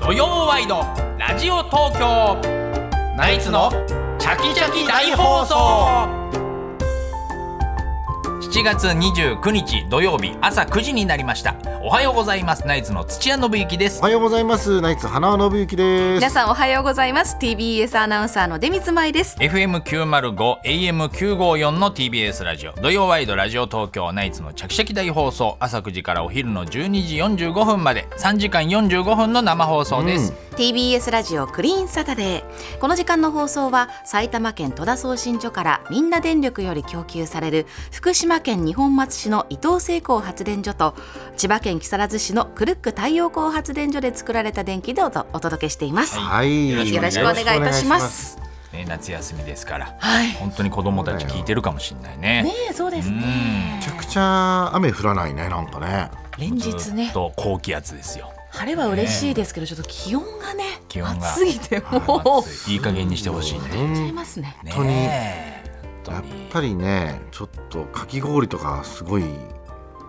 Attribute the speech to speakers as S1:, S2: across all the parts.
S1: 土曜ワイドラジオ東京ナイツのチャキチャキ大放送7月29日土曜日朝9時になりましたおはようございますナイツの土屋信之です
S2: おはようございます。ナイツ花輪信之で
S3: 皆
S2: す。
S3: さんおはようございます TBS アナウンサーの出光舞です
S1: FM905 AM954 の TBS ラジオ土曜ワイドラジオ東京ナイツのチャキチャキ大放送朝9時からお昼の12時45分まで3時間45分の生放送です、
S3: TBS ラジオクリーンサタデーこの時間の放送は埼玉県戸田送信所からみんな電力より供給される福島県二本松市の伊東製鋼発電所と千葉県木更津市のクルック太陽光発電所で作られた電気でおとお届けしています、
S2: はい、
S1: い
S3: よろしくお願いいたしま
S2: よろ
S3: す
S1: ね夏休みですから
S3: はいね
S1: 本当に子供たち聞いてるかもしれないね
S3: えそうですね
S2: しくお願いします。めちゃくちゃ雨降らないね、なんかね。
S3: 連日
S1: ず
S3: ね
S1: っと高気圧ですよ
S3: 晴れは嬉しいですけどちょっと気温がね
S1: 気温が
S3: 暑すぎてもう
S1: いい加減にしてほしいね
S3: ちゃい
S2: 本
S3: ますね
S1: ね
S2: 当に
S1: え
S2: や
S1: 本
S2: っぱりね、ちょっとかき氷とかすごい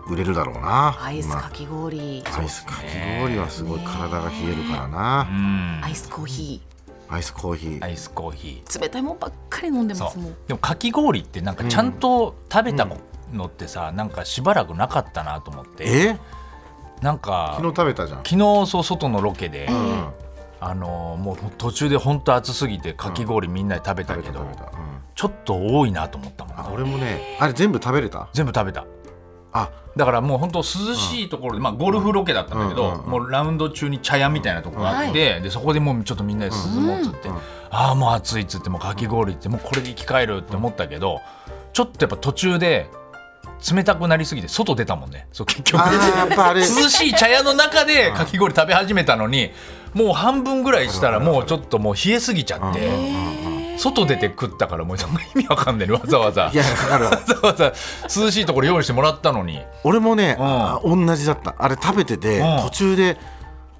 S2: 売れるだろうな。
S3: アイス
S2: 今
S3: かき氷
S2: アイスかき氷はすごい体が冷えるから
S1: 当
S2: な。
S1: にうん
S3: アイスコーヒ
S2: アイスコーヒ
S1: ア
S2: ー。
S1: イスコーヒー
S3: ー冷たいもんばっかり飲んでま
S1: そ
S3: すもん
S1: うでもかき氷ってなんかちゃんと食べたのってさ、なんかしばらくなかったなと思って
S2: え、
S1: なんか
S2: 昨日食べたじゃん。
S1: 昨日そう外のロケで、
S2: うん
S1: あのーもう途中で本当暑すぎてかき氷みんなで食べた
S2: 食べ
S1: け
S2: た
S1: ど、
S2: 食べた。うん
S1: ちょっと多いなと思ったもん
S2: あ、
S1: な
S2: 俺もね、あれ全部食べれた。
S1: 全部食べた
S2: あ、
S1: だからもう本当涼しいところで、まあ、ゴルフロケだったんだけど、
S2: うんうんうん
S1: もうラウンド中に茶屋みたいなところがあって、でそこでもうちょっとみんなで涼もうっつって、
S2: うん
S1: ああもう暑いっつってもうかき氷ってもうこれで生き返るって思ったけどちょっとやっぱ途中で冷たくなりすぎて外出たもんねそう結局
S2: あーやっ ぱあれ。
S1: 涼しい茶屋の中でかき氷食べ始めたのにもう半分ぐらいしたらもうちょっともう冷えすぎちゃって、外出て食ったからもうそんな意味わかんないねわざわざ
S2: い。や、かかるわ。
S1: わざわざ涼しいところ用意してもらったのに。
S2: 俺もね、
S1: うん
S2: あ同じだったあれ食べてて、
S1: うん
S2: 途中で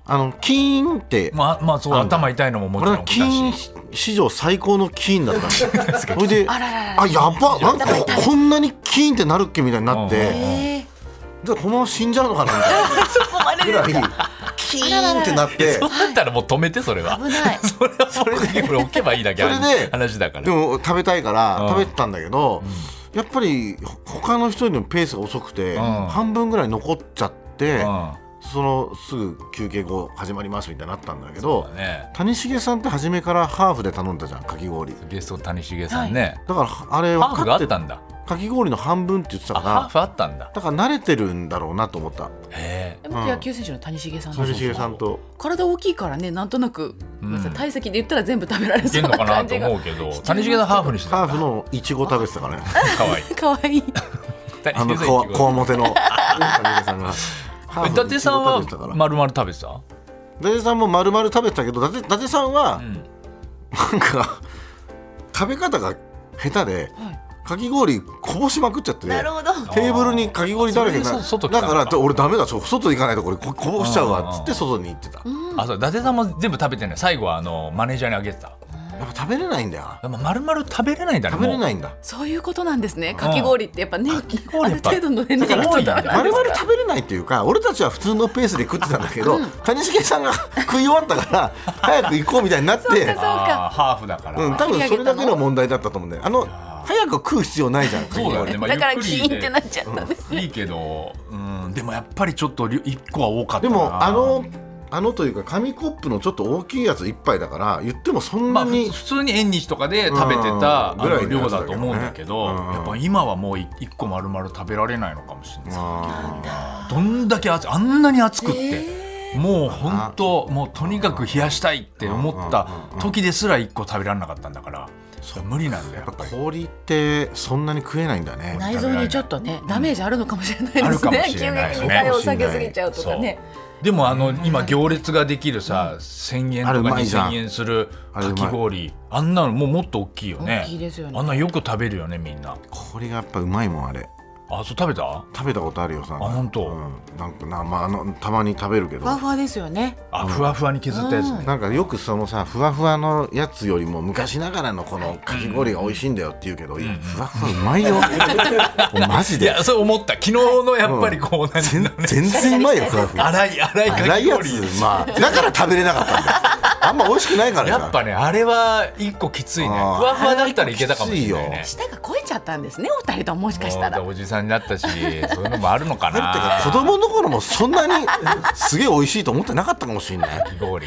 S2: あのキーンって、
S1: まあ、まあ、そう、
S2: あんだ
S1: 頭痛いのももち
S2: 俺
S1: ろ
S2: は
S1: ん。
S2: キーン史上最高のキーンだった それで
S3: あららら
S2: あやばなんかここんなにキーンってなるっけみたいになっ
S1: う
S2: て、
S3: えー
S2: じゃあこのまま死んじゃうのかなみたいな ぐらいキーンってなって
S1: そうだったらもう止めて、それは。
S3: 危ない
S1: それはそれで、これ置けばいいだけ
S2: それで
S1: 話だから。
S2: でも食べたいから
S1: うん
S2: 食べてたんだけど、やっぱりほ他の人よりもペースが遅くて、
S1: うん
S2: 半分ぐらい残っちゃって、
S1: うん
S2: そのすぐ休憩後始まりますみたいになったんだけ
S1: そ
S2: ど
S1: うだね。
S2: 谷重さんって初めからハーフで頼んだじゃんかき氷だ
S1: ゲスト谷繁さんね。
S2: からあれ
S1: ハーフ
S2: 分
S1: が
S2: か
S1: あ
S2: っ
S1: ってたんだ。
S2: かき氷の半分って言ってた
S1: あ、
S2: か
S1: ハー
S2: ら
S1: フあったんだ。
S2: だから慣れてるんだろうなと思った
S1: へえ。
S3: で元野球選手の谷繁さん
S2: 谷重さんと
S3: 体大きいからねなんとなく、
S1: うん
S3: 体積で言ったら全部食べられ
S1: いけ
S3: そうん
S1: の
S3: な
S1: かな
S3: 感
S1: と
S3: じが
S1: 思うけど、谷繁さんハーフにして
S2: ハ
S1: た
S2: ー。フのいちご食べてたからね
S1: 可愛い。
S3: 可愛い
S2: あ
S1: 谷
S2: の
S1: 繁
S2: こわこわ
S1: い
S2: もての谷重さんがハ
S1: ちご伊達さん
S2: の
S1: はい
S2: ちご食べてたから
S1: 丸々食べてた。
S2: 伊達さんも丸々食べてたけど伊達伊達さんは
S1: うん。
S2: なんか食べ方が下手でかき氷こぼしまくっちゃって
S3: なるほど
S2: テーブルにかき氷だらけにな
S1: あそれでそ外来た
S2: だ
S1: のか
S2: から俺ダメだちょ外行かないとこれここぼしちゃうわっつって外に行ってた
S1: あ、そう、伊達さんも全部食べてない。最後はあのマネージャーにあげてた。
S2: やっぱ食べれないんだよな
S1: でも丸々食べれないんだね。
S2: 食べれ
S1: い。
S2: ないんだ
S3: そういうことなんですねかき氷ってやっぱね、
S1: 氷
S3: あ
S1: や
S3: る
S1: っぱ
S3: 程度の年
S1: だ
S3: 齢
S1: から
S3: の人だ
S1: 多いんだ
S3: か
S1: よ
S2: 我々食べれないっていうか俺たちは普通のペースで食ってたんだけ ど、谷繁さんが食い終わったから早く行こうみたいになっ
S3: そうか
S2: て
S3: そう
S1: あーハーフだから。
S2: うん、多分それだけの問題だったと思うんだよあの早く食う必要ないじゃんかき
S1: そうだよ
S2: 氷
S1: ね。まあ
S3: らだから
S1: ゆっく
S3: キ
S1: り
S3: ーン
S1: で
S3: ってなっちゃったんですね、
S1: いいけど、うん、でもやっぱりちょっとり一個は多かった
S2: で
S1: な。
S2: もあのあのというか紙コップのちょっと大きいやつ一杯だから言ってもそん
S1: まあ、
S2: な
S1: ふ
S2: に、
S1: 普通に縁日とかで食べてた、
S2: うん
S1: あ
S2: ぐらい
S1: の
S2: のや
S1: 量
S2: つだ
S1: だ
S2: けどね
S1: と思うんだけど、
S2: うん
S1: やっぱ今はもうい一個丸々食べられないのかもしれない。
S2: あ
S1: どんだけ熱いあんなに熱くって、もう本当もうとにかく冷やしたいって思った時ですら一個食べられなかったんだから、それ無理なんだよやっぱ
S2: ー
S1: り。
S2: 氷ってそんなに食えないんだね
S3: 内臓にちょっとねダメージあるのかもしれないですね
S1: あるかもしれないね
S3: 急激にねお酒過ぎちゃうとかね
S1: でもあの今行列ができるさ、1000円
S2: あれ
S1: と
S2: う
S1: か
S2: まいじゃん
S1: 2000円する
S2: あれう
S1: か
S2: まい
S1: き氷あんなのもうもっと大きいよね
S3: 大きいですよね
S1: あんなよく食べるよねみんな
S2: 氷がやっぱうまいもんあれ
S1: ああそう食べた
S2: 食べたことあるよさあ
S1: 本当
S2: うん、なんかな、まあ、あのたまに食べるけど
S3: ふわふわですよね
S1: あふわふわに削ったやつね、
S2: なんかよくそのさふわふわのやつよりも昔ながらのこのかき氷が美味しいんだよって言うけど、いやふわふわう まいよマジ
S1: い
S2: で
S1: やそう思った昨日のやっぱりこう何
S2: 全全然うまいよふわふわ
S1: 荒い荒いか
S2: 辛い
S1: き
S2: や
S1: 氷
S2: つまあだから食べれなかったんだよあんま美味しくないからさ
S1: やっぱねあれは一個きついねふ
S2: あー
S1: わふわだったらいけたかもしれないね
S3: 舌が超えちゃったんですねお二人とももしかしたら
S1: もうおじさんになったしそういうのもあるのか
S2: だってか
S1: な
S2: 子供の頃もそんなにすげえ美味しいと思ってなかったかもしれない
S1: かき氷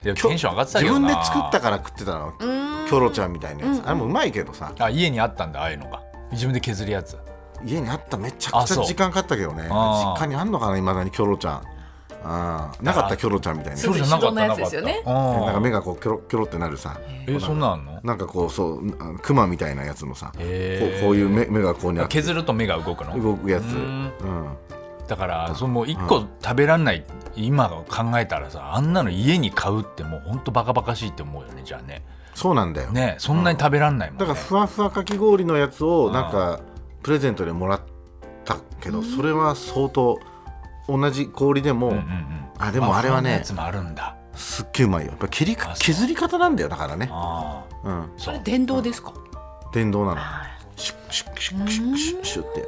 S1: でもテンション上がってたけ
S2: 自
S1: ど
S2: 分
S1: な
S2: で作ったから食ってたのキョロちゃんみたいなやつあれもうまいけどさ
S1: あ家にあったんだああいうのが自分で削るやつ
S2: 家にあっためちゃ
S1: あ
S2: くち
S1: そ
S2: ゃ
S1: う
S2: 時間かかったけどね
S1: あー
S2: 実家にあんのかないまだにキョロちゃんあーなかったキョロちゃんみたいな
S1: そうじゃなかったなかった
S3: 手のやつですよね
S1: うん
S2: なんか目がこうキョロキョロってなるさ
S1: えそんなんあんの
S2: なんかこうそうあクマみたいなやつのさこうこう
S1: へー
S2: いう目目がこうにあって
S1: 削ると目が動くの
S2: 動くやつ
S1: ん
S2: うん
S1: だからそのもう一個食べらんない今考えたらさあんなの家に買うってもうほんとバカバカしいって思うよねじゃあね
S2: そうなんだよ
S1: ねそんなに食べらんないもん、ね
S2: だからふわふわかき氷のやつをなんかプレゼントでもらったけどそれは相当同じ氷でも、
S1: うんうん
S2: あでもあれは
S1: こんなや
S2: ね
S1: つもあるんだ
S2: すっげえうまいよやっぱ切りか
S1: あそう
S2: 削り方なんだよだからね、
S1: ああ
S2: うん、
S3: それ電動ですか
S2: 電動なのシュッシュッシュッシュッシュッシュッってや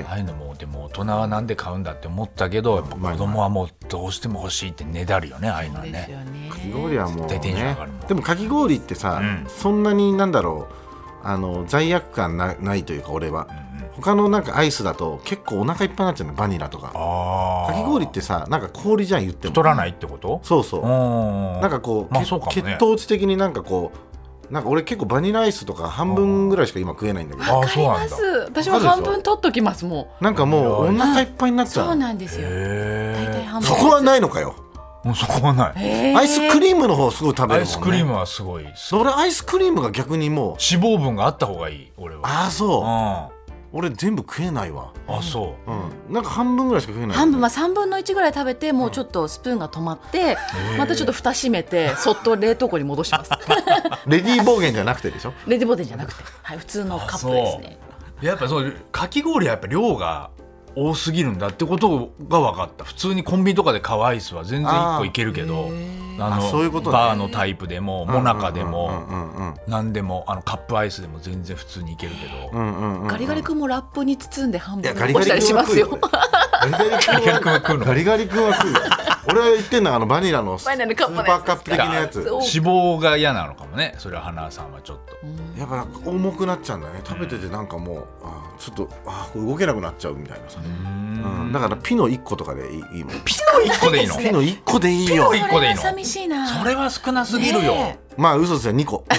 S2: って、
S1: ああいうのもでも大人はなんで買うんだって思ったけどやっぱ子供はもうどうしても欲しいってねだるよねああいうのは
S3: です
S1: ね
S3: よね
S2: かき氷はも
S1: 絶
S2: う、
S1: 対テンション上
S2: ね
S1: がるもん、
S2: でもかき氷ってさ、
S1: うん
S2: そんなになんだろうあの罪悪感なないというか俺は、他のなんかアイスだと結構お腹いっぱいになっちゃうのバニラとか
S1: ああ
S2: かき氷ってさなんか氷じゃん言っても
S1: 太らないってこと
S2: そうそう
S1: うーん
S2: なんかこう,、
S1: まあそうかもね
S2: 血糖値的になんかこうなんか俺結構バニラアイスとか半分ぐらいしか今食えないんだけど
S1: あ
S3: わ
S1: あ
S3: か
S1: そう
S3: り
S1: な
S3: ま
S1: んだ
S3: す私も半分取っときますも
S2: なんかもうお腹いっぱいになっ
S3: う
S2: ちゃう,、
S3: そうなんですよ大体
S1: へ
S3: 半分
S2: そこはないのかよ
S1: えもうそこはない
S2: アイスクリームの方すごい食べ るもん、ね、
S1: アイスクリームはすごい脂
S2: それアイスクリームが逆にもう
S1: 肪分があった方がいい俺は
S2: ああそう、
S1: う
S2: 俺全部食えないわ
S1: んあそう
S2: うんなんか半分ぐらいしか食えない
S3: 半分は3分の1ぐらい食べてもうちょっとスプーンが止まって、またちょっと蓋閉めてそっと冷凍庫に戻し ます
S2: レディー暴言じゃなくてでしょ
S3: レディボデンじゃなくて、はい、普通のカップですね
S1: やっぱそうかき氷はやっぱ量が多すぎるんだってことが分かった普通にコンビニとかで買うアイスは全然1個いけるけどあ
S2: あ
S1: の
S2: そういうことね
S1: バーのタイプでもモナカで
S2: うんう
S1: も
S2: んうん
S1: 何でもあのカップアイスでも全然普通にいけるけど
S2: うんうんうん
S3: ガリガリ君もラップに包んで半
S2: いや
S3: 分
S2: ガリ
S3: 残
S2: ガ
S3: し
S2: リ
S3: たりし
S2: 君は
S3: ま
S2: 食
S3: す
S2: うよ
S3: よ
S2: ガリガリ君は食うのガリガリ君は食うよ俺は言ってんのはあのバニラのス
S3: バニラのカップ
S2: ス
S3: の
S2: ー
S3: や
S2: パ
S3: つ
S2: ーカップ的なやつ
S3: そう
S1: 脂肪が嫌なのかもねそれは花さんはちょっと
S2: やっぱ重くなっちゃうんだね食べててなんかもうあーちょっとあーこれ動けなくなっちゃうみたいなさうんだからピノ一個とかでいいいいもんピ
S1: 1個でいいの
S2: ノ一個でいいよ
S1: ピノ一個でいいの
S3: それは寂しいな
S1: それは少なすぎるよ
S3: ね
S2: まあ嘘ついた二個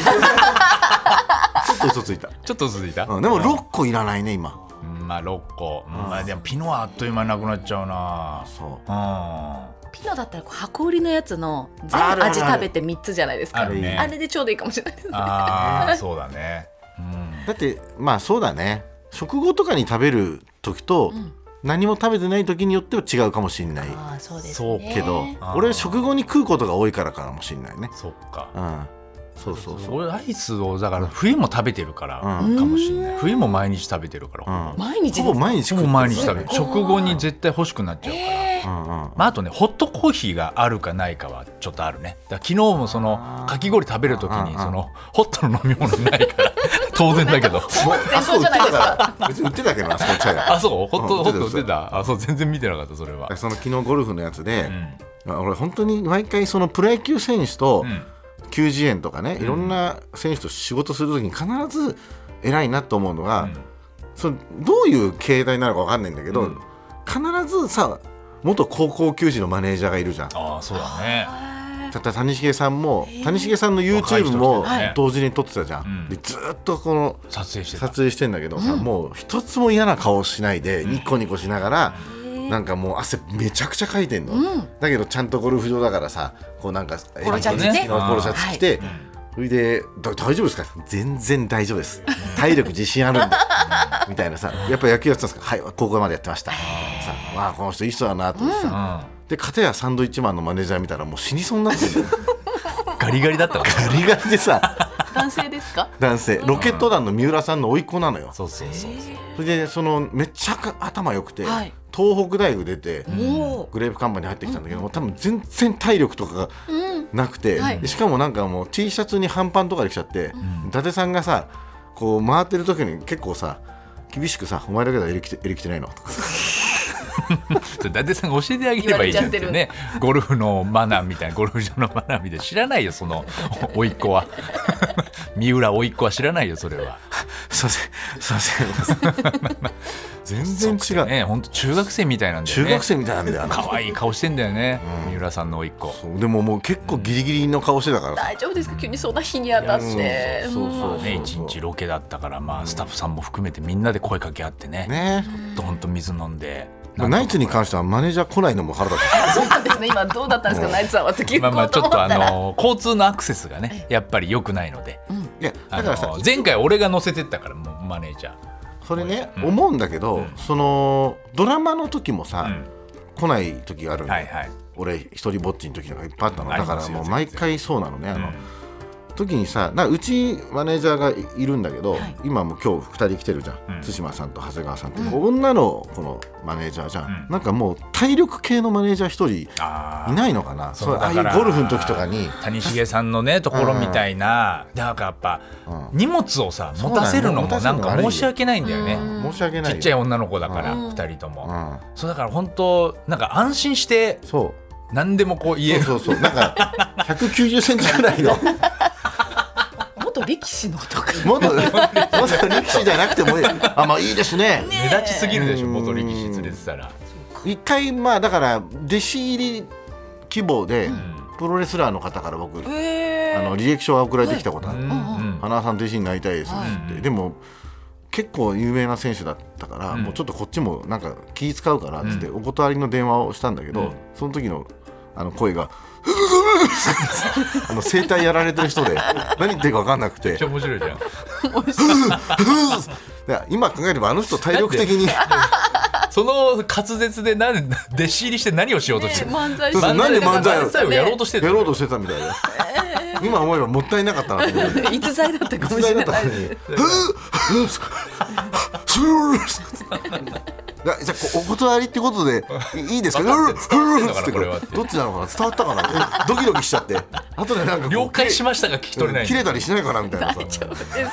S2: ちょっと嘘ついた
S1: ちょっと続いた
S2: うんでも六個いらないね今
S1: うんまあ6個うんまあでもピノはあっという間になくなっちゃうな
S2: そう
S1: うん
S3: ピノだったらこう箱売りのやつの全
S2: ある
S3: 部
S2: ある
S3: 味食べて3つじゃないですか
S1: あるね
S3: あれでちょうどいいかもしれないですね
S1: ああそうだねうん
S2: だってまあそうだね食後とかに食べる時と、何も食べてない時によっては違うかもしれない
S3: あーそうですね
S1: そう
S2: けど、
S1: あー
S2: 俺は食後に食うことが多いからかもしれないね
S1: そっか
S2: うんそうそうそう
S1: 俺アイスをだから冬も食べてるからか
S2: うん
S1: もしれない冬も毎日食べてるから
S2: うん
S3: 毎日
S2: ほぼ毎日
S1: ほぼ
S2: 食ってる
S1: 毎日食べ
S2: う
S1: る食後に絶対欲しくなっちゃうから
S2: んうん
S1: まあ、あとねホットコーヒーがあるかないかはちょっとあるねだから昨日もそのかき氷食べるときにそのホットの飲み物ないから 当然だけど
S2: あそこ売ってたから別に売ってたけどなあそこチャイ
S1: あ
S2: だ
S1: そうホット
S2: うん
S1: ホット
S2: 売ってた
S1: 出たあそう全然見てなかったそれ は
S2: その昨日ゴルフのやつで
S1: う、ん
S2: まあ俺本当に毎回そのプロ野球選手と
S1: うん
S2: 球児園とかね、いろんな選手と仕事するときに必ず偉いなと思うのが、
S1: うん
S2: そのどういう形態なのかわかんないんだけど、
S1: うん
S2: 必ずさ元高校球児のマネージャーがいるじゃん
S1: ああそうだね
S2: ただ谷繁さんも谷繁さんの YouTube も
S1: 若い人たちだね
S2: 同時に撮ってたじゃん、
S1: ん
S2: でずーっとこの
S1: 撮影してた
S2: 撮影してんだけどさ、もう一つも嫌な顔しないでニコニコしながら、なんかもう汗めちゃくちゃかいてんの、だけどちゃんとゴルフ場だからさこうなんか
S3: ポロシャツね
S2: エレガントなポロシャツ着て、それで「だ大丈夫ですか?」全然大丈夫です体力自信あるんで」みたいなさ「やっぱ野球やってたんですか?」「はい高校までやってました」みたいなさ「わあこの人いい人だな」と思ってさ、で片やサンドイッチマンのマネージャー見たらもう死にそうになってる
S1: ガリガリだったわ
S2: ガリガリでさ
S3: 男性ですか
S2: 男性ロケット団の三浦さんの甥っ子なのよ
S1: そうそうそう
S2: それでそのめっちゃか頭良くて、
S3: はい
S2: 東北大学出て、
S3: お
S2: グレープカンパニー入ってきたんだけども、多分全然体力とかがなくて、
S3: はい
S2: でしかもなんかもう T シャツに半パンとかで来ちゃって、伊達さんがさこう回ってる時に結構さ厳しくさ「お前だけだ襟着て襟着てないの」 とかさ
S1: それ伊達さんが教えてあげればいいじゃんっていうねゴルフのマナーみたいなゴル フ場のマナーみたいな知らないよそのお甥っ子は 三浦甥っ子は知らないよそれは
S2: 「すいませんすいません」全然違う、
S1: ね本当中学生みたいなんだよね
S2: 中学生みたいなんだよな
S1: 可愛い顔してんだよね、三浦さんの甥っ子
S2: そうでももう結構ギリギリの顔してたからさ
S3: 大丈夫ですか急にそんな日に当たって
S2: そうそうそう
S1: ね一日ロケだったからまあスタッフさんも含めてみんなで声かけ合ってね
S2: ね
S1: どんと水飲んで
S2: まあナイツに関してはマネージャー来ないのも腹立つ
S3: そうなんですね今どうだったんですかナイツさんは時
S1: まあまあちょっとあ
S3: ったら
S1: の交通のアクセスがねやっぱり良くないので、
S2: いや
S1: あ
S2: だ
S1: の
S2: からさ
S1: 前回俺が乗せてったからもうマネージャー
S2: それね、思うんだけど、そのドラマの時もさ、
S1: ん
S2: 来ない時があるんだ
S1: はい
S2: よ
S1: はい
S2: 俺一人ぼっちの時とかいっぱいあったの
S1: あり
S2: だ
S1: ますよ
S2: からもう
S1: 全然
S2: 毎回そうなのねあの、時にさなんかうちマネージャーがいるんだけど、今もう今日2人来てるじゃん、対馬さんと長谷川さんって、女のこのマネージャーじゃん、なんかもう体力系のマネージャー1
S1: あ
S2: 人いないのかなそう
S1: だ
S2: ああい
S1: から
S2: うゴルフの時とかに。
S1: 谷繁さんのねところみたいな、なんかやっぱ、荷物をさ
S2: そう
S1: 持
S2: だよ
S1: たせるの
S2: 持た
S1: も
S2: せる
S1: な
S2: の
S1: んか申し訳ないんだよね、
S2: 申し訳ない
S1: ち
S2: よ
S1: っちゃい女の子だから、2人とも、そうだから本当なんか安心して
S2: そう
S1: 何でもこう言える
S2: そうそうそうなんか190セ ンチぐらいの
S3: 元力士のとか
S2: 元元力士じゃなくてもいいあまあいいですね
S1: 目立ちすぎるでしょ元力士連れてたら
S2: 一回まあだから弟子入り希望で、プロレスラーの方から僕、あの履歴書が送られてきたことある、
S1: うんうん
S2: 花輪さん弟子になりたいですって、でも結構有名な選手だったから、もうちょっとこっちもなんか気使うからっつってお断りの電話をしたんだけど、その時のあの声が あの声帯やられてる人で何言ってるか分かんなくて
S1: めっちゃ面白いじゃん
S2: で今考えればあの人体力的に
S1: その滑舌で何弟子入りして何をしようとしてる、
S3: 漫才
S2: そうそうなんで漫才を
S1: 最後やろうとして
S2: や
S1: た
S2: ろうとしてたみた いな今思えばもったいなかったなと思って。
S3: 逸材だったかもし
S2: 実際だ
S3: れ
S2: ったの
S3: ない
S2: に「ふぅふぅだじゃあこお断りってことでいいいですか
S1: 分かってる伝わってんのかな
S2: ふぅ
S1: これはって
S2: どっちなのかな伝わったかなドキドキしちゃって後でなんかこう
S1: 了解しましたが聞き取れない
S2: 切れたりしないかなみたいなさ
S3: 大丈夫ですよ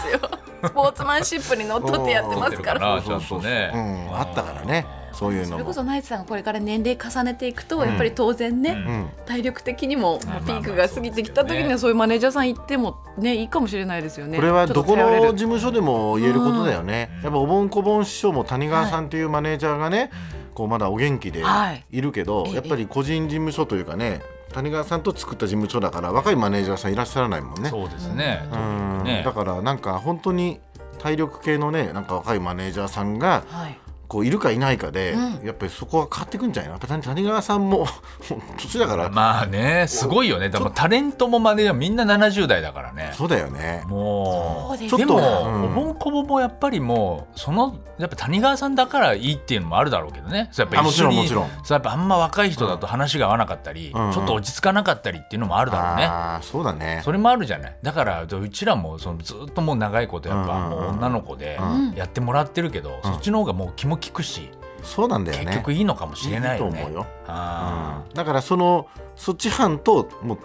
S3: スポーツマンシップにのっとってやってます
S1: る
S3: か
S1: かららちゃんとね、
S2: うんあったからねそういう
S3: そ
S2: の
S3: れ
S2: も
S3: こそナイツさんがこれから年齢重ねていくと、やっぱり当然ね、体力的にももうピークが過ぎてきた時にはそういうマネージャーさん行ってもねいいかもしれないですよね。
S2: これは
S3: ちょ
S2: ど
S3: っと
S2: こ
S3: 頼
S2: の
S3: れ
S2: 事
S3: る
S2: 務所でも言えることだよね、やっぱおぼん・こぼん師匠も谷川さんというマネージャーがね、こうまだお元気で
S3: はい
S2: いるけど、
S3: ええ
S2: やっぱり個人事務所というかね谷川さんと作った事務所だから若いマネージャーさんいらっしゃらないもんね
S1: そうですね、
S2: うん
S1: ね
S2: だからなんか本当に体力系のねなんか若いマネージャーさんが
S3: はい、
S2: こういるかいないかで、やっぱりそこは変わってくんじゃないのやっぱ谷谷川さんも もう年だから、
S1: まあねすごいよねでもタレントもマネージャーみんな70代だからね
S2: そうだよね
S1: もう
S3: そうです
S2: ちょっ
S1: で
S2: と
S1: も、
S2: うん
S1: おぼんこぼんもやっぱりもうそのやっぱ谷川さんだからいいっていうのもあるだろうけどねそうやっぱ
S2: あもちろん
S1: 一緒に
S2: もちろん
S1: そうやっぱあんま若い人だと話が合わなかったり、
S2: うんうん
S1: ちょっと落ち着かなかったりっていうのもあるだろうね
S2: ああそうだね
S1: それもあるじゃないだからうちらもそのずっともう長いことやっぱ
S2: うんうんうん
S1: もう女の子で
S2: う
S1: やってもらってるけど、そっちの方がもう気も利くし、
S2: そうなんだよね
S1: 結局いいのかもしれないよね
S2: いいと思うよ
S1: あ
S2: だからそのそっち班ともう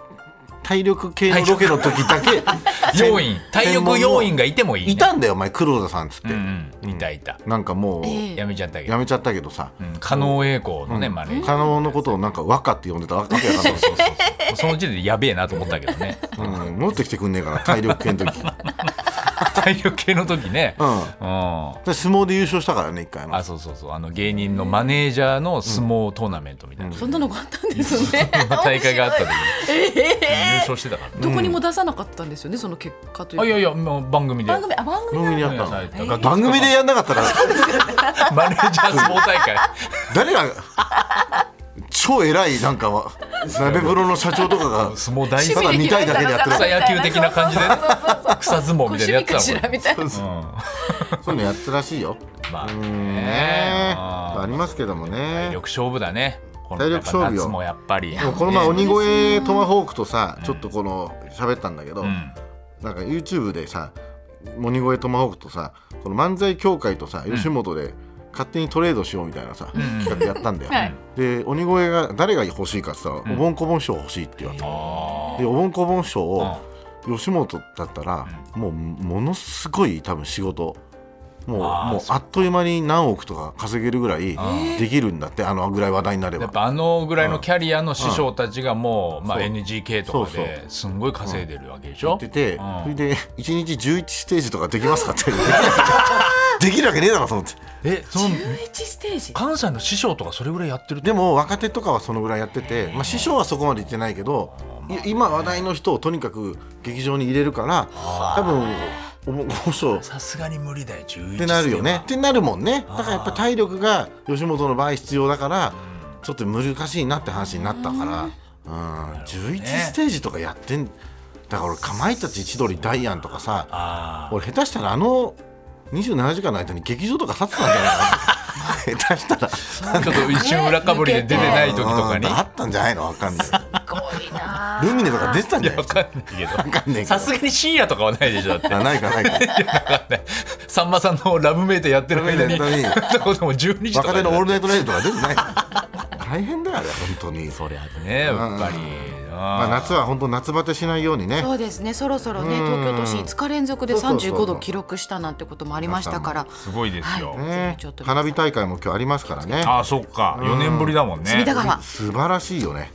S2: 体力系のロケの時だけ
S1: ー要員体力要員がいてもいい、ね、
S2: いたんだよお前黒田さんっつって、
S1: うんうんいたいた、
S2: なんかもう
S1: やめちゃったけど
S2: やめちゃったけどさ、
S1: うん加納栄光のね、マネージャー
S2: 加納のことをなんか若って呼んでたわけやからん
S1: その時点でやべえなと思ったけどね。
S2: うん、持ってきてくんねえかな体力系の時
S1: 体力系の時ね、
S2: うん
S1: うん、
S2: で相撲で優勝したからね一回の
S1: あそうそうそうあの芸人のマネージャーの相撲トーナメントみたいな、
S3: そんなのがあったんですね
S1: 大会があった時に
S3: 面
S1: 優勝してたから、
S3: 白いどこにも出さなかったんですよねその結果というか
S1: あいやいやもう番組で
S3: 番組あ番組
S2: 番組
S3: な
S2: に
S3: んだ
S2: あったの、
S1: うん楽器
S2: 番組でやんなかったら
S1: マネージャー相撲大 会
S2: 誰が超偉いなんかは鍋風呂の社長と かが
S1: 相撲大好
S2: ただ見たいだけでやってる
S1: 草野球的な感じでね
S3: そうそうそうそう
S1: 草相撲みたいなのやってたもん
S3: 趣味かしらみたい な
S1: き、う
S2: そういうのやってたらしいよ
S1: ん、まあ
S2: ねえ
S1: ね
S2: ありますけどもね
S1: 体力勝負だねこの
S2: 体力勝負よ
S1: 夏もやっぱり
S2: でもこの前鬼越トマホークとさちょっとこの喋ったんだけど、
S1: うん
S2: なんか YouTube でさ鬼越トマホークとさこの漫才協会とさ吉本で勝手にトレードしようみたいなさ、企画やったんだよ、
S3: はい
S2: で鬼越が誰が欲しいかって言ったら、おぼんこぼん師匠欲しいって言われた、でおぼんこぼん師匠を吉本だったら、もうものすごい多分仕事もう
S1: あー
S2: もうあっという間に何億とか稼げるぐらいできるんだってあのぐらい話題になれば
S1: やっぱあのぐらいのキャリアの師匠たちがもう、まあ、NGK とか
S2: そうそう
S1: ですんごい稼いでるわけでしょ、
S2: ってて、
S1: ん
S2: それで1日11ステージとかできますかって できるわけねえだろと思って
S1: えその
S3: 11ステージ
S1: 関西の師匠とかそれぐらいやってるって
S2: でも若手とかはそのぐらいやってて、まあ、師匠はそこまでいってないけど、い今話題の人をとにかく劇場に入れるから多分おもご賞っ
S1: さすがに無理だよ11
S2: てなるよねってなるもんねだからやっぱ体力が吉本の場合必要だからちょっと難しいなって話になったから、うん11ステージとかやってんだから俺かまいたち千鳥ダイアンとかさ
S1: あ
S2: 俺下手したらあの27時間の間に劇場とか立ってたんじゃな いかな下手したら
S1: あちょっと一瞬裏かぶりで出てない時とかに
S2: うんあったんじゃないのわかんないルミネとか出てたん
S1: い
S2: じ
S1: や
S2: ゃな
S1: わ
S2: い
S1: かんない
S2: わかんな
S1: け
S2: いけど
S1: どさすがに深夜とかはないでしょだって
S2: あないかないか
S1: さんまさんのラブメイトやってる間に
S2: ラブ メイトに
S1: とこでも12時とか
S2: 若手の「オールナイトナイト」とか出てない大変だよあれ本当に
S1: そりゃねやっぱり
S2: まあ、
S1: あ
S2: 夏は本当夏バテしないようにね
S4: そうですねそろそろね東京都心5日連続で
S2: そうそうそう
S4: 35度記録したなんてこともありましたから
S1: ーすごいですよ、
S2: ね
S4: ちょっと
S2: 花火大会も今日ありますからね
S1: あーそっか4年ぶりだもんね
S4: 隅田川
S2: 素晴らしいよね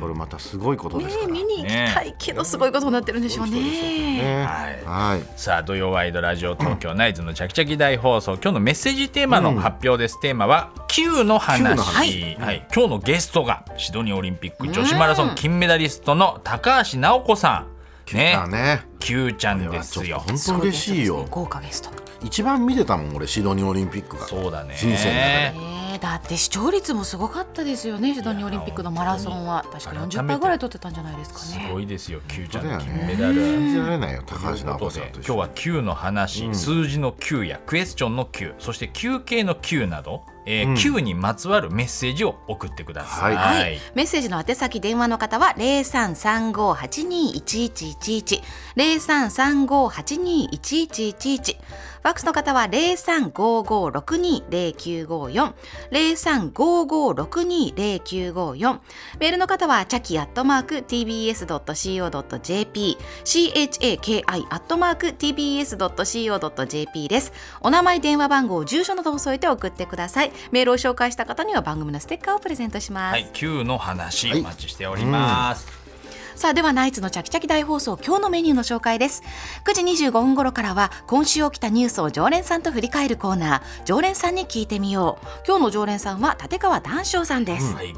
S2: これまたすごいことです
S3: ね
S2: から
S3: 見
S2: ね
S3: に行きたいけどすごいことになってるんでしょうね
S1: はい
S2: はい
S1: さあ土曜ワイドラジオ東京ナイツのチャキチャキ大放送今日のメッセージテーマの発表です、テーマは Q の話
S2: Q の
S1: はいはい、今日のゲストがシドニーオリンピック女子マラソン金メダリストの高橋尚子さんね
S2: だね
S1: Q ちゃん
S2: いや
S1: で
S2: ちょ
S1: す
S2: っと
S1: よ
S2: 本当嬉しいよ
S4: 豪華ゲスト
S2: 一番見てたもん俺シドニーオリンピックが
S1: そうだね
S2: 人生の中で
S4: ねえだって視聴率もすごかったですよねシドニーオリンピックのマラソンは確か40倍ぐらい取ってたんじゃないですか
S1: す
S4: ね
S1: ごいですよ Q ちゃん
S2: だ
S1: の
S2: よ
S1: 金
S2: ね
S1: メダル、
S2: 信じられないよ高橋
S1: という
S2: 尚
S1: こ
S2: 子
S1: と
S2: さ
S1: で
S2: んと
S1: 今
S2: 一
S1: 日
S2: 緒
S1: は Q の話、数字の Q やクエスチョンの Q そして休憩の Q など、えー Q にまつわるメッセージを送ってください。
S2: はい
S4: はい、メッセージの宛先電話の方は零三三五八二一一一一零三三五八二一一一一ファックスの方は零三五五六二零九五四零三五五六二零九五四メールの方はチャキアットマーク tbs ドット co ドット jp c h a k i アットマーク tbs ドット co ドット jp です。お名前、電話番号、住所などを添えて送ってください。メールを紹介した方には番組のステッカーをプレゼントします。
S1: はい、Q の話、
S2: はい
S1: お待ちしております。
S4: さあではナイツのチャキチャキ大放送今日のメニューの紹介です9時25分頃からは今週起きたニュースを常連さんと振り返るコーナー常連さんに聞いてみよう今日の常連さんは立川談笑さんです、
S1: はい、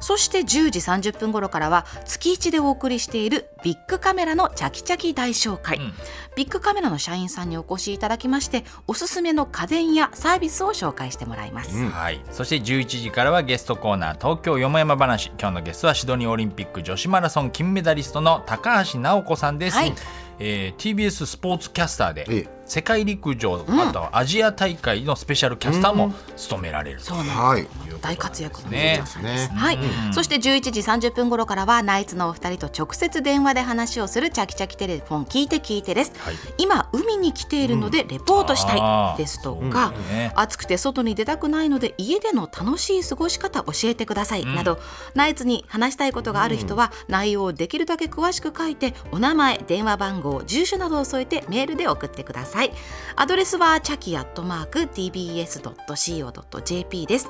S4: そして10時30分頃からは月1でお送りしているビッグカメラのチャキチャキ大紹介、
S1: ん
S4: ビッグカメラの社員さんにお越しいただきましておすすめの家電やサービスを紹介してもらいます、
S1: はい、そして11時からはゲストコーナー東京よもやま話今日のゲストはシドニーオリンピック女子マラソン金メダリストの高橋尚子さんです、
S4: はい
S1: えー TBS スポーツキャスターで、
S2: ええ
S1: 世界陸上、あとはアジア大会のスペシャルキャスターも務められるという
S2: はい
S1: こと
S4: 大活躍の
S1: ね
S4: 皆さんです
S2: ね
S4: はい、そして11時30分頃からはナイツのお二人と直接電話で話をするチャキチャキテレフォン聞いて聞いてです、
S1: はい
S4: 今海に来ているのでレポートした
S1: あ
S4: い
S1: ー
S4: ですと
S1: そ
S4: か、
S1: うね
S4: 暑くて外に出たくないので家での楽しい過ごし方教えてください、などナイツに話したいことがある人は内容をできるだけ詳しく書いてお名前電話番号住所などを添えてメールで送ってくださいアドレスはチャキアットマーク tbs.co.jp です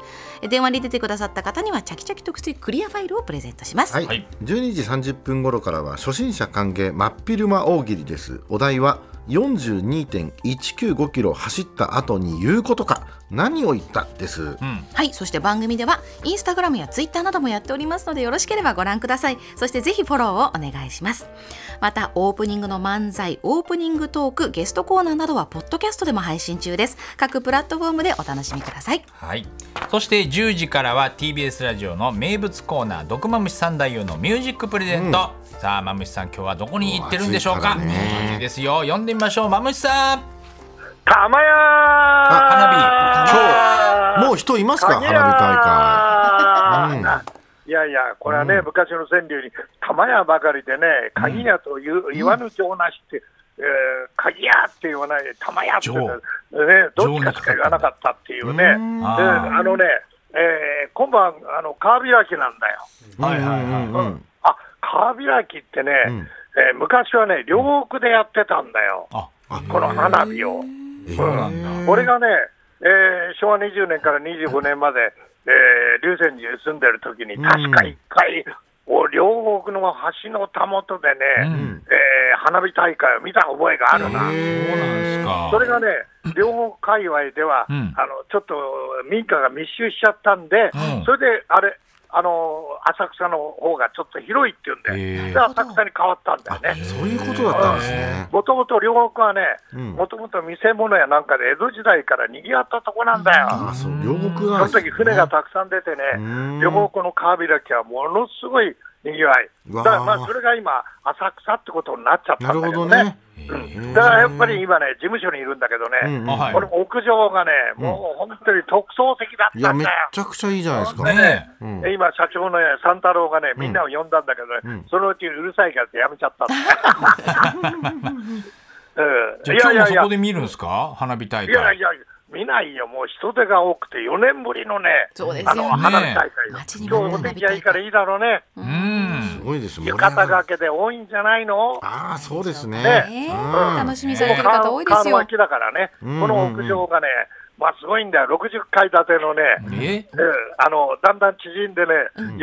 S4: 電話に出てくださった方にはチャキチャキ特製クリアファイルをプレゼントします、
S2: はい、
S1: はい
S2: 12時30分頃からは初心者歓迎真っ昼間大喜利ですお題は42.195キロ走った後に言うことか何を言ったです、
S4: はいそして番組ではインスタグラムやツイッターなどもやっておりますのでよろしければご覧くださいそしてぜひフォローをお願いしますまたオープニングの漫才オープニングトークゲストコーナーなどはポッドキャストでも配信中です各プラットフォームでお楽しみください
S1: はい、そして10時からは TBS ラジオの名物コーナー「毒まむし三太夫のミュージックプレゼント」さあまむしさん今日はどこに行ってるんでしょうか
S2: うわ暑いからね
S1: いいですよ読んでみましょうまむしさん
S5: たまや
S1: 花火
S2: 今日もう人いますか花火大
S5: 大
S2: 会。
S5: いやいや、これはね、昔の川柳に、玉屋ばかりでね、鍵屋と言,、う言わぬ情なしって、えー鍵屋って言わないで、玉屋って言うんだね、どっちかしか言わなかったっていうね、で
S2: うん
S1: あー
S5: あのね、えー今晩あの、川開きなんだよ。
S2: うん、はいはいはい、うん
S5: あ川開きってね、
S2: ん
S5: えー昔はね、両国でやってたんだよ、
S1: あ
S5: この花火を。
S1: そうなんだ
S5: 俺がね、えー昭和20年から25年まで、えー、龍泉寺に住んでる時に、確か一回、お両国の橋のたもとでね、
S1: うん
S5: えー花火大会を見た覚えがあるな。
S1: そうなんですか
S5: それがね、両国界隈では、
S1: うん
S5: あのちょっと民家が密集しちゃったんで、
S1: うん
S5: それであれ、あの浅草の方がちょっと広いっていうん
S1: へ
S5: で、
S1: え
S5: で浅草に変わったんだよね。
S2: そういうことだったんですね。
S5: もともと両国はね
S2: うん、
S5: もともと見せ物やなんかで江戸時代から賑わったとこなんだ
S2: あ
S5: よ。
S2: あ、そう両国
S5: そ
S2: なん
S5: の
S2: ですね
S5: 時船がたくさん出て
S2: うん
S5: ね、両国の川開きはものすごい賑わい。
S2: うわ
S5: だ
S2: ー
S5: からまあそれが今、浅草ってことになっちゃっ
S2: な
S5: た
S2: んる
S5: だ
S2: ほ
S5: けど
S2: ど
S5: ね
S2: ね。。
S5: うんだからやっぱり今ね、事務所にいるんだけど
S2: うんうん
S5: ね、
S1: あはい
S5: この屋上がね、もう本当に特層的だっ
S2: い
S5: た
S2: や、
S5: ん
S2: め
S5: だ
S2: っ
S5: よ。
S2: ちゃくちゃいいじゃないですか。
S1: ねえ
S2: うん
S5: で今、社長のね、三太郎がね、みんなを呼んだんだけどね、
S2: うん
S5: そのうちうるさいからってやめちゃったんだ うん
S1: じゃあ今日もそこで見るんですか花火大
S5: いやい
S1: 会
S5: や、見ないよ、もう人手が多くて、4年ぶりのね、
S3: そうです
S5: あ
S3: よ
S5: の
S3: ね
S5: 花火大会よ、
S4: 待ちに
S5: 今日お
S4: 待
S5: 天
S4: っ
S5: 気が
S4: た
S5: いいからいいだろうね、
S1: う
S2: す
S1: ん
S2: ごいです。盛り
S5: 浴
S2: 上が
S5: 衣
S2: る
S5: がけで多いんじゃないの
S2: ああ、そうですね。
S5: ね
S2: うん
S3: 楽しみにされてる方多いで
S5: 川
S3: す
S5: の
S3: よ
S5: 脇だからね、こ
S2: うんうんうん
S5: の屋上がね、まあすごいんだよ、60階建てのね、
S1: え
S5: えーあのだんだん縮んでね、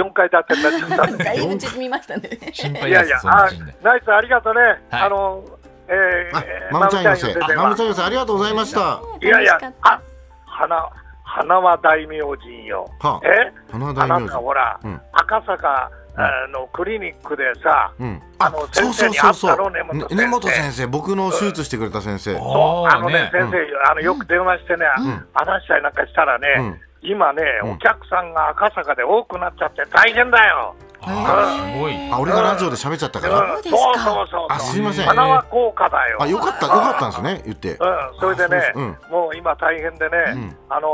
S5: 4階建てになっちゃったんで
S3: だいぶ縮みましたね
S1: 心
S5: い
S1: 配
S5: や
S1: で
S5: い
S1: す
S5: や、
S1: そんな
S5: あ
S1: シーンで
S5: ナイスありがとうね。
S1: はい
S5: あの、えー
S2: あ
S5: え、ー
S2: まむちゃん寄せ。
S5: まむち
S2: あまむちゃ
S5: ゃん寄せでは
S2: ん寄せ、ありがとうございました。
S5: いやいや
S3: 楽しかっ、
S5: あ、花、花は大名人よ。
S2: はあ
S5: え、
S2: 花
S5: あ
S2: 大
S5: な
S2: 名
S5: た
S2: 人。
S5: ほら、
S2: うん
S5: 赤坂あのクリニックでさ、
S2: うん。
S5: あの先生に会ったろ根本
S2: ね
S5: 先生。
S2: 根本先生、僕の手術してくれた先生。
S5: そうあのね
S1: ね
S5: 先生、あのよく電話してね、話したりなんかしたらね、
S2: うん
S5: 今ね、
S2: うん
S5: お客さんが赤坂で多くなっちゃって大変だよ。
S1: あーすごい
S2: あ、俺がラジオで喋っちゃったか
S5: うん
S2: ら。
S5: そうそうそう
S2: あ、すいません。
S5: 花は高価だよ。
S2: あ、よかった、よかったんですね、言って。
S5: うん、それでね、
S2: うん
S5: もう今大変でね、あの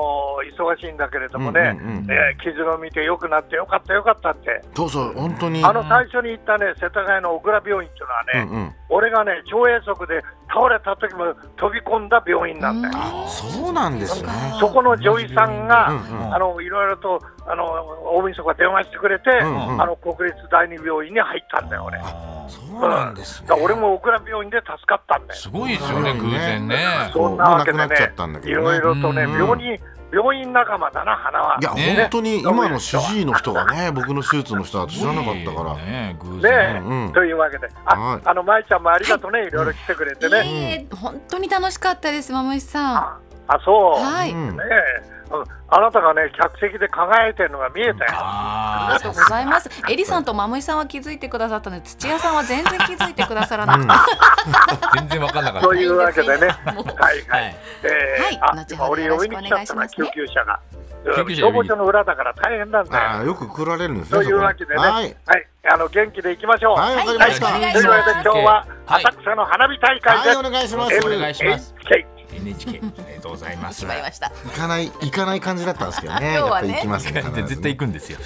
S5: ー忙しいんだけれどもね、
S2: うんうんうん
S5: えー傷を見て良くなってよかったよかったって、
S2: そうそう、本当に。
S5: あの最初に行ったね世田谷の小倉病院っていうのはね、
S2: うんうん
S5: 俺がね腸閉塞で倒れた時も飛び込んだ病院なんだよ。
S2: あ、そうなんですね。
S5: そこの女医さんが、
S2: うんうん
S5: あのいろいろとあの大晦日電話してくれて、
S2: んうん
S5: あの国立第二病院に入ったんだよ、俺。
S2: そうなんですね
S5: だか。ら俺も小倉病院で助かったんだよ
S1: す。ごいですよね
S2: うん
S1: 偶然ね
S5: そんなわけで
S2: もうなくなっちゃったんだ
S5: ね、
S2: け
S5: い
S2: どね
S5: ろいろとね、
S2: うん
S5: 病人、病院仲間だな、花は。
S2: いや、
S1: ね
S2: 本当に今の主治医の人がね、僕の手術の人だと知らなかったから。
S1: ね偶
S5: ね
S1: 然
S5: え
S2: うんうん
S5: というわけで、あ、
S2: はい
S5: あの、舞ちゃんもありがとうね、い、ろいろ来てくれてね。
S4: えー本当に楽しかったですまむしさ
S5: あ、そ
S4: ん
S5: う。
S4: はい、
S2: うん
S5: ねえ、うんあなたがね、客席で輝いてるのが見えたよ。
S4: あ
S1: あ
S4: りがとうございます。えりさんとまむいさんは気づいてくださったので、土屋さんは全然気づいてくださらなくて。
S1: ー全然分かんなかった
S5: というわけでね、はいは
S1: はいい。
S5: えー
S4: はい
S5: あ、
S4: 後
S5: 今
S4: ほど
S5: 俺
S4: よろ
S5: 呼
S4: し
S5: び
S4: く
S5: に
S4: お
S5: 来ちゃ
S4: 願
S5: っ
S4: いしたます
S5: な、救
S4: ね
S5: 急車が。
S1: 救
S5: うん
S1: 急車呼
S5: 消
S1: び
S5: 防
S1: に
S5: 署の裏だから大変なんだ
S2: あ
S5: よ。
S2: ーよく来られるんですね。
S5: というわけでね、は
S2: はいい。、
S5: あの元気でいきましょう。
S2: はい、わかりました。
S1: は
S2: はいい、
S5: というわけで今日は
S1: はい
S5: 浅草の花火大会です。
S2: お願いします。
S1: お願いします
S5: NHK
S1: NHK ありがとうございます
S3: 決まりました
S2: 行かない、行かない感じだったんですけどね。や
S3: 今日
S2: っ
S3: は
S2: ぱ
S3: ね
S2: り行きま すね。必ずね
S1: 絶対行くんですよ、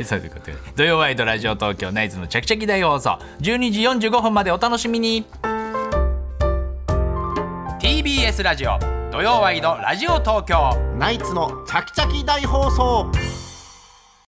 S1: そういうことで土曜ワイドラジオ東京ナイツのチャキチャキ大放送12時45分までお楽しみに TBS ラジオ土曜ワイドラジオ東京
S2: ナイツのチャキチャキ大放送。